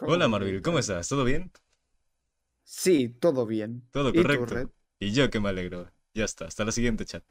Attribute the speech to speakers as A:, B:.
A: Hola Marvel, ¿cómo estás? ¿Todo bien?
B: Sí, todo bien.
A: Todo
B: ¿Y tú,
A: correcto.
B: Red?
A: Y yo que me alegro. Ya está, hasta la siguiente chat.